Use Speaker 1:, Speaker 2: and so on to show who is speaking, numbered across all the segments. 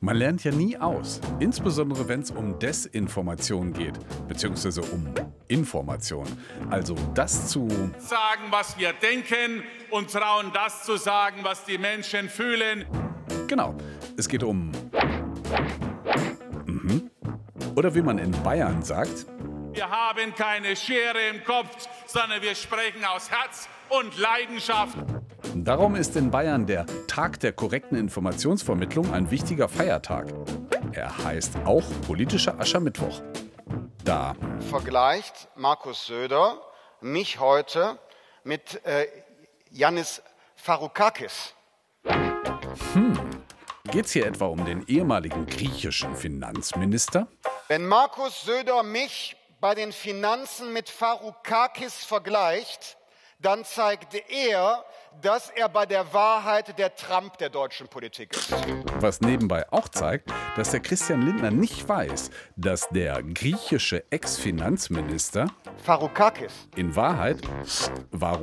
Speaker 1: Man lernt ja nie aus, insbesondere wenn es um Desinformation geht, beziehungsweise um Information. Also das zu
Speaker 2: sagen, was wir denken und trauen das zu sagen, was die Menschen fühlen.
Speaker 1: Genau, es geht um... Mhm. Oder wie man in Bayern sagt,
Speaker 2: Wir haben keine Schere im Kopf, sondern wir sprechen aus Herz und Leidenschaft.
Speaker 1: Darum ist in Bayern der Tag der korrekten Informationsvermittlung ein wichtiger Feiertag. Er heißt auch politischer Aschermittwoch. Da
Speaker 3: vergleicht Markus Söder mich heute mit äh, Yannis Varoufakis.
Speaker 1: geht's hier etwa um den ehemaligen griechischen Finanzminister?
Speaker 3: Wenn Markus Söder mich bei den Finanzen mit Varoufakis vergleicht, dann zeigt er, dass er bei der Wahrheit der Trump der deutschen Politik ist.
Speaker 1: Was nebenbei auch zeigt, dass der Christian Lindner nicht weiß, dass der griechische Ex-Finanzminister
Speaker 3: Varoufakis.
Speaker 1: in Wahrheit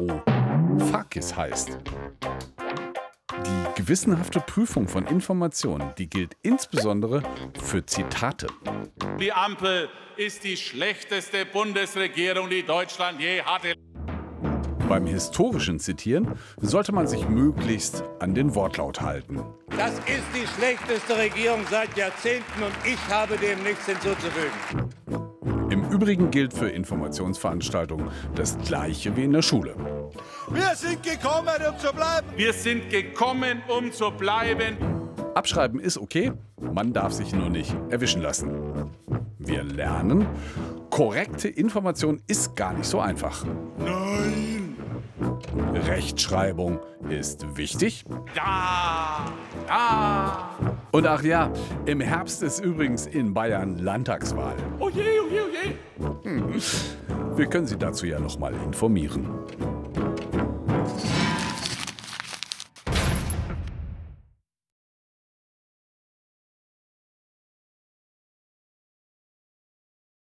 Speaker 1: Varoufakis heißt. Die gewissenhafte Prüfung von Informationen, die gilt insbesondere für Zitate.
Speaker 2: Die Ampel ist die schlechteste Bundesregierung, die Deutschland je hatte.
Speaker 1: Beim historischen Zitieren sollte man sich möglichst an den Wortlaut halten.
Speaker 4: Das ist die schlechteste Regierung seit Jahrzehnten und ich habe dem nichts hinzuzufügen.
Speaker 1: Im Übrigen gilt für Informationsveranstaltungen das gleiche wie in der Schule.
Speaker 4: Wir sind gekommen, um zu bleiben.
Speaker 2: Wir sind gekommen, um zu bleiben.
Speaker 1: Abschreiben ist okay, man darf sich nur nicht erwischen lassen. Wir lernen, korrekte Information ist gar nicht so einfach. Nein! Rechtschreibung ist wichtig.
Speaker 2: Da, da.
Speaker 1: Und ach ja, im Herbst ist übrigens in Bayern Landtagswahl.
Speaker 2: Oh je, oh je, oh je.
Speaker 1: Wir können Sie dazu ja nochmal informieren.